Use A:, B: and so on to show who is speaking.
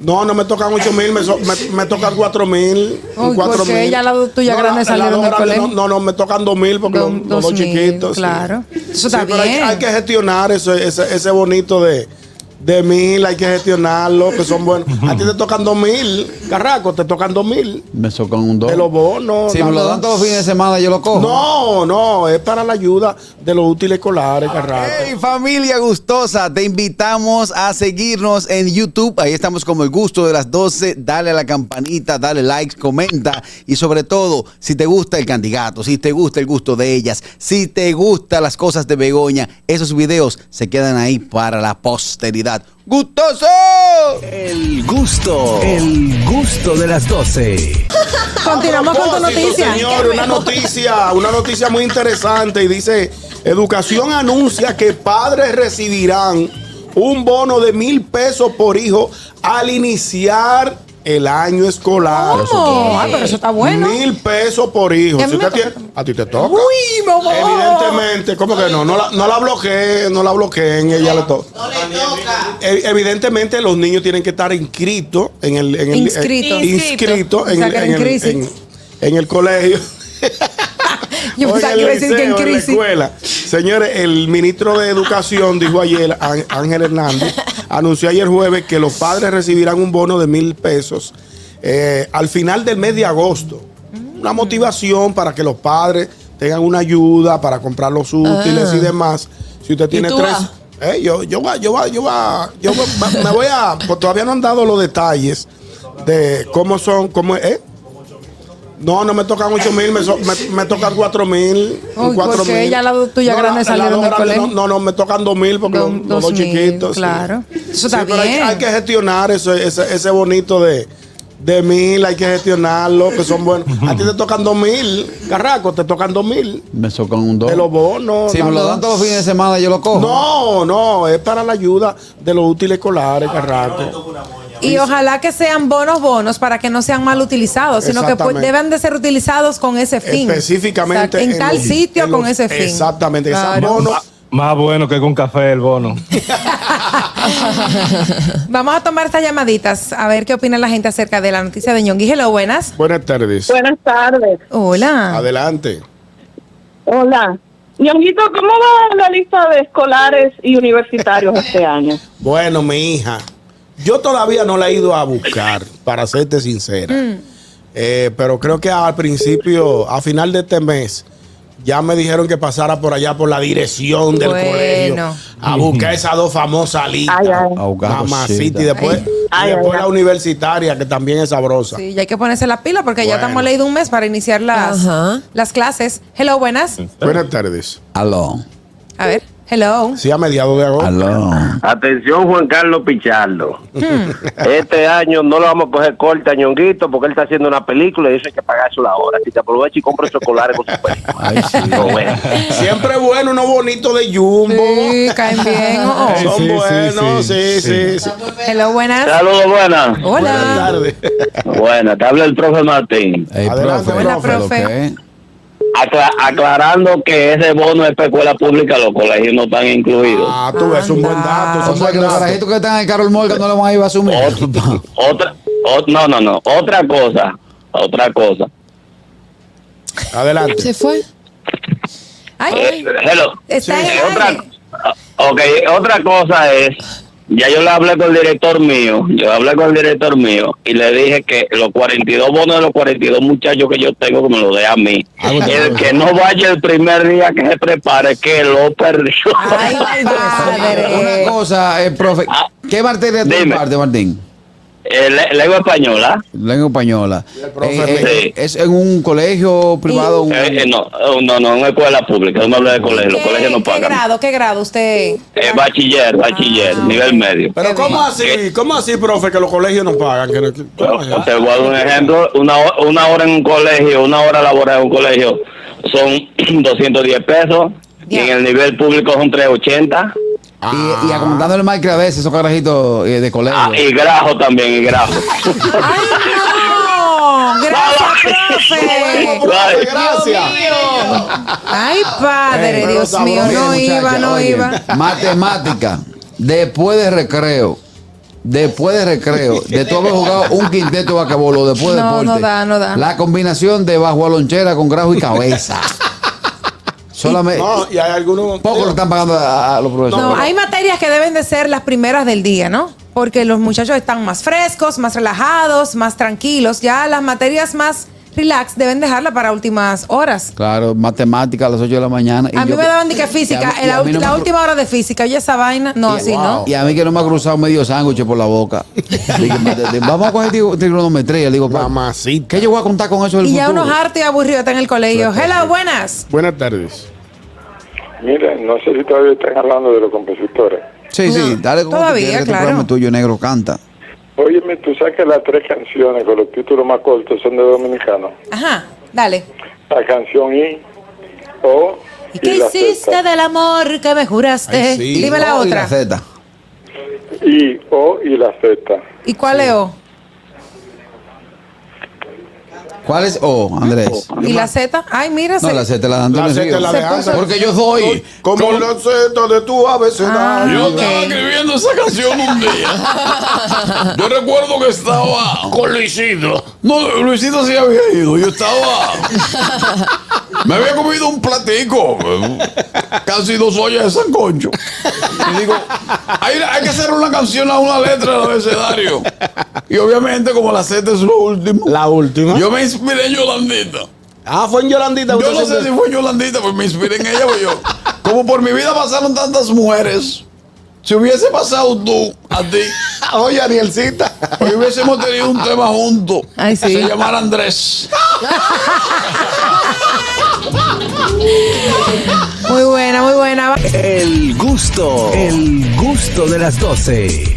A: No, no me tocan 8 mil, me, so- me, me tocan 4 mil.
B: Uy,
A: 4
B: porque
A: mil.
B: pues, ya las tuyas
A: No,
B: grandes
A: la- las
B: salieron
A: dos
B: del
A: grandes
B: colegio.
A: No, no, no, me tocan 2 mil porque
B: Dos-
A: los, los dos
B: dos mil,
A: chiquitos. sí.
B: claro. Eso está
A: pero hay,
B: bien.
A: hay que gestionar eso, ese, ese bonito de, de mil, hay que gestionarlo, que son buenos. A ti te tocan 2 mil, carraco, te tocan 2 mil.
C: Me socan un dos.
A: De los bonos.
D: Si
A: la-
D: me lo dan todos los fines de semana, yo lo cojo.
A: No, no, es para la ayuda de los útiles escolares, carraco.
D: Hey familia gustosa, te invitamos a seguirnos en YouTube. Ahí estamos como el gusto de las 12. Dale a la campanita, dale like, comenta y sobre todo, si te gusta el candidato, si te gusta el gusto de ellas, si te gustan las cosas de Begoña, esos videos se quedan ahí para la posteridad. ¡Gustoso!
E: El gusto, el gusto de las 12.
B: Continuamos con tu
A: propósito,
B: noticia.
A: Señor, una noticia, una noticia muy interesante y dice, Educación anuncia que padres recibirán un bono de mil pesos por hijo al iniciar el año escolar.
B: ¿Cómo? Ah, pero eso está bueno.
A: Mil pesos por hijo.
B: Y a mí
A: Si
B: me
A: usted
B: toca.
A: tiene- a ti te toca.
B: Uy, bobo.
A: Evidentemente, ¿cómo que no? No la, no la bloqueen, no la bloqueen, ella le toca. E- Evidentemente, los niños tienen que estar inscritos en el. En el
B: Inscritos.
A: eh, inscritos en,
B: O sea,
A: el-
B: que
A: en
B: en
A: el-
B: crisis.
A: en- en el colegio.
B: Yo
A: o
B: pensaba
A: en
B: que
A: el
B: iba a decir que en
A: liceo, en la
B: crisis.
A: escuela. Señores, el ministro de Educación dijo ayer, Á- Ángel Hernández, anunció ayer jueves que los padres recibirán un bono de mil pesos eh, al final del mes de agosto.
B: Mm.
A: Una motivación para que los padres tengan una ayuda para comprar los útiles
B: Ah.
A: y demás. Si usted tiene
F: tú
A: tres.
F: vas?
A: Eh, yo, yo, va- yo, va- yo, va- yo va- me voy a. pues todavía no han dado los detalles de cómo son, cómo es. ¿eh? No, no me tocan 8 mil, me, so- me, me tocan 4 mil.
B: Uy,
A: 4
B: porque
A: mil.
B: ya las tuyas
A: No,
B: grandes
A: la- las
B: salieron
A: dos
B: del
A: grandes
B: colegio.
A: No, no, no, me tocan 2 mil porque
B: Dos-
A: los, los
B: dos
A: dos
B: mil,
A: chiquitos. sí.
B: claro. Eso está
A: pero hay-
B: bien.
A: Hay, que gestionar eso, ese, ese bonito de, de mil, hay que gestionarlo, que son buenos. A ti te tocan 2 mil, carraco, te tocan 2 mil.
C: Me socan un dos.
A: De los bonos.
D: Si
A: la-
D: me lo dan todos los fines de semana, yo lo cojo.
A: No, no, es para la ayuda de los útiles escolares, carraco.
F: Y ojalá que sean bonos bonos para que no sean mal utilizados, sino que pues,
A: Exactamente.
F: deben de ser utilizados con ese fin.
A: Específicamente.
F: O sea, en, tal
A: los-
F: sitio
A: en
F: con
A: los-
F: ese fin.
A: Exactamente, que sean
F: Claro.
A: bonos.
G: Más bueno que con café el bono.
F: Vamos a tomar estas llamaditas a ver qué opina la gente acerca de la noticia de Ñongui. Hello, buenas.
A: Buenas tardes.
H: Buenas tardes.
F: Hola.
A: Adelante.
H: Hola. Ñonguito, ¿cómo va la lista de escolares y universitarios este año?
A: Bueno, mi hija, yo todavía no la he ido a buscar, para serte sincera.
F: Mm.
A: Eh, pero creo que al principio, a final de este mes, ya me dijeron que pasara por allá por la dirección del
F: Bueno.
A: colegio a buscar esas dos famosas listas.
H: Ay, ay.
C: Ahogado,
A: Mamacita,
C: sí,
A: y después,
F: Ay.
A: y
H: Ay, ay,
A: después
H: ay.
A: la universitaria, que también es sabrosa.
F: Sí, ya hay que ponerse la pila porque ya
A: Bueno.
F: estamos ley de un mes para iniciar las,
B: Ajá.
F: las clases. Hello, buenas.
A: Buenas tardes.
C: Aló,
F: A ver, hello.
A: Sí, a mediados de agosto.
C: aló.
I: Atención Juan Carlos Pichardo. Este año no lo vamos a coger corta, ñonguito, porque él está haciendo una película y eso hay que pagarse la hora. Si te aprovecha y compra chocolate con su película.
C: Ay, sí.
I: No, bueno.
A: Siempre bueno, uno bonito de Jumbo.
F: Sí, caen bien. oh,
G: Sí,
A: Son
G: sí, sí,
A: buenos, sí,
G: sí,
A: sí. sí.
F: oh. Hello, buenas.
I: Saludos, buenas.
A: Buenas
F: Hola.
A: tardes.
I: Buenas, te habla el profe Martín.
C: Ey,
A: Adelante,
C: profe,
A: hola,
C: ¿lo
F: profe.
C: que es?
I: Acla- aclarando que ese bono es para escuela pública, los colegios no están incluidos.
A: Ah, tú ves, un buen dato,
D: O
A: son
D: sea, que
A: buen
D: los
A: dato.
D: carajitos que están en el Carol Morgan no lo van a ir a asumir.
I: Ot- otra, ot- no, no, no. Otra cosa, otra cosa.
A: Adelante.
B: ¿Se fue?
F: Ay,
I: Eh, hello.
F: está
A: Sí,
F: en
I: Eh,
F: el
I: otra,
F: aire.
I: ah, ok, otra cosa es, ya yo le hablé con el director mío, yo hablé con el director mío y le dije que los 42 bonos de los 42 muchachos que yo tengo, que me lo dé a mí. El que no vaya el primer día que se prepare, que lo perdió.
F: Ay,
D: Una
F: padre.
D: cosa, eh, profe,
I: Ah.
D: ¿qué materia tú
I: Dime.
D: impartes, Martín?
I: Eh, le- Lengua española.
D: Lengua española.
A: profe
D: Eh, eh,
I: Miguel.
D: ¿Es en un colegio privado? un-
I: Eh, eh, no, eh, no, no, en escuela pública, no me hablé de colegio, los colegios no
F: ¿Qué, ¿Qué
I: pagan.
F: grado? ¿Qué grado usted?
I: Eh, bachiller, bachiller,
F: Ah.
I: nivel medio.
A: Pero ¿cómo así? ¿Cómo así, profe, que los colegios no pagan? Que no- que- ¿cómo así?
I: Bueno, Te voy a dar un ejemplo, una, ho- una hora en un colegio, una hora laboral en un colegio son 210 pesos y en el nivel público son 380
D: Y, y aguantando el micro a veces, esos carajitos eh, de colegio.
I: ah, y grajo también, y grajo.
F: ¡Ay, no! ¡Gracias,
A: Bueno,
F: profe!
A: profe,
I: Ay.
A: gracias.
F: ¡Ay, padre!
A: Eh, pero
F: Dios
A: sabroso,
F: mío, no
D: Oye,
F: iba,
D: muchacha,
F: no
D: oye,
F: iba.
D: Matemática, después de recreo, Después de recreo, de tú haber jugado un quinteto de vaquebolo, después de
F: No, no
D: deporte.
F: da, no da.
D: La combinación de bajo a lonchera con grajo y cabeza. Solamente.
A: No, y hay algunos.
D: Poco lo están pagando a, a los profesores.
F: No, hay materias que deben de ser las primeras del día, ¿no? Porque los muchachos están más frescos, más relajados, más tranquilos. Ya las materias más relax deben dejarla para últimas horas.
D: Claro, matemática a las 8 de la mañana. y
F: A mí
D: yo
F: me
D: que-
F: daban de que
D: y a
F: física,
D: mí-
F: en
D: y a
F: la,
D: mí
F: ulti-
D: no me
F: la
D: cru-
F: última hora de física. Oye, esa vaina. No,
D: y-
F: así, ¿no?
D: Y a mí que no me ha cruzado medio sándwich por la boca. Dije, mate- Vamos a coger tri- trigonometría. Le digo, pa-
A: Mamacita.
D: ¿qué yo voy a contar con eso del
F: Y ya
D: futuro?
F: unos hartos y aburridos están en el colegio. Hello, buenas.
A: Buenas tardes.
C: Miren, no sé si todavía están hablando de los compositores.
D: Sí, sí, dale con
F: Todavía,
D: que
F: claro.
D: tu este programa es tuyo, negro, canta.
C: Óyeme, tú sabes que las tres canciones con los títulos más cortos son de dominicanos.
F: Ajá, dale.
C: La canción I, O
F: ¿Y qué
C: la
F: hiciste
C: Z.
F: del amor que me juraste?
A: Ay, sí.
F: Dime la
D: Oh, y
F: otra.
D: Z.
C: I, O y la Z.
F: ¿Y cuál leo?
D: ¿Cuál es O, Andrés?
F: ¿Y la Z? Ay, mira.
D: No,
F: se-
D: la Z, la de Antonio
A: La Z
D: Ríos.
A: la de Anza.
D: Porque yo soy.
A: Como los setos de tu
F: Ah,
A: abecedario.
J: Yo
F: ok.
J: estaba escribiendo esa canción un día. Yo recuerdo que estaba con Luisito. No, Luisito sí había ido. Yo estaba. Me había comido un platico. Casi dos ollas de sancocho. Y digo, hay, hay que hacer una canción a una letra del abecedario. Y obviamente, como la Z es lo último,
A: La última.
J: yo me inspiré en Yolandita.
A: ah, fue en Yolandita.
J: Yo
A: usted
J: no sé
A: siempre-
J: si fue Yolandita, pues me inspiré en ella, pues yo. Como por mi vida pasaron tantas mujeres, si hubiese pasado tú a ti,
A: Oye, Anielcita.
J: hoy hubiésemos tenido un tema juntos.
F: Ay, sí.
J: Se llamara Andrés.
F: Muy buena, muy buena.
E: El gusto, el gusto de las 12.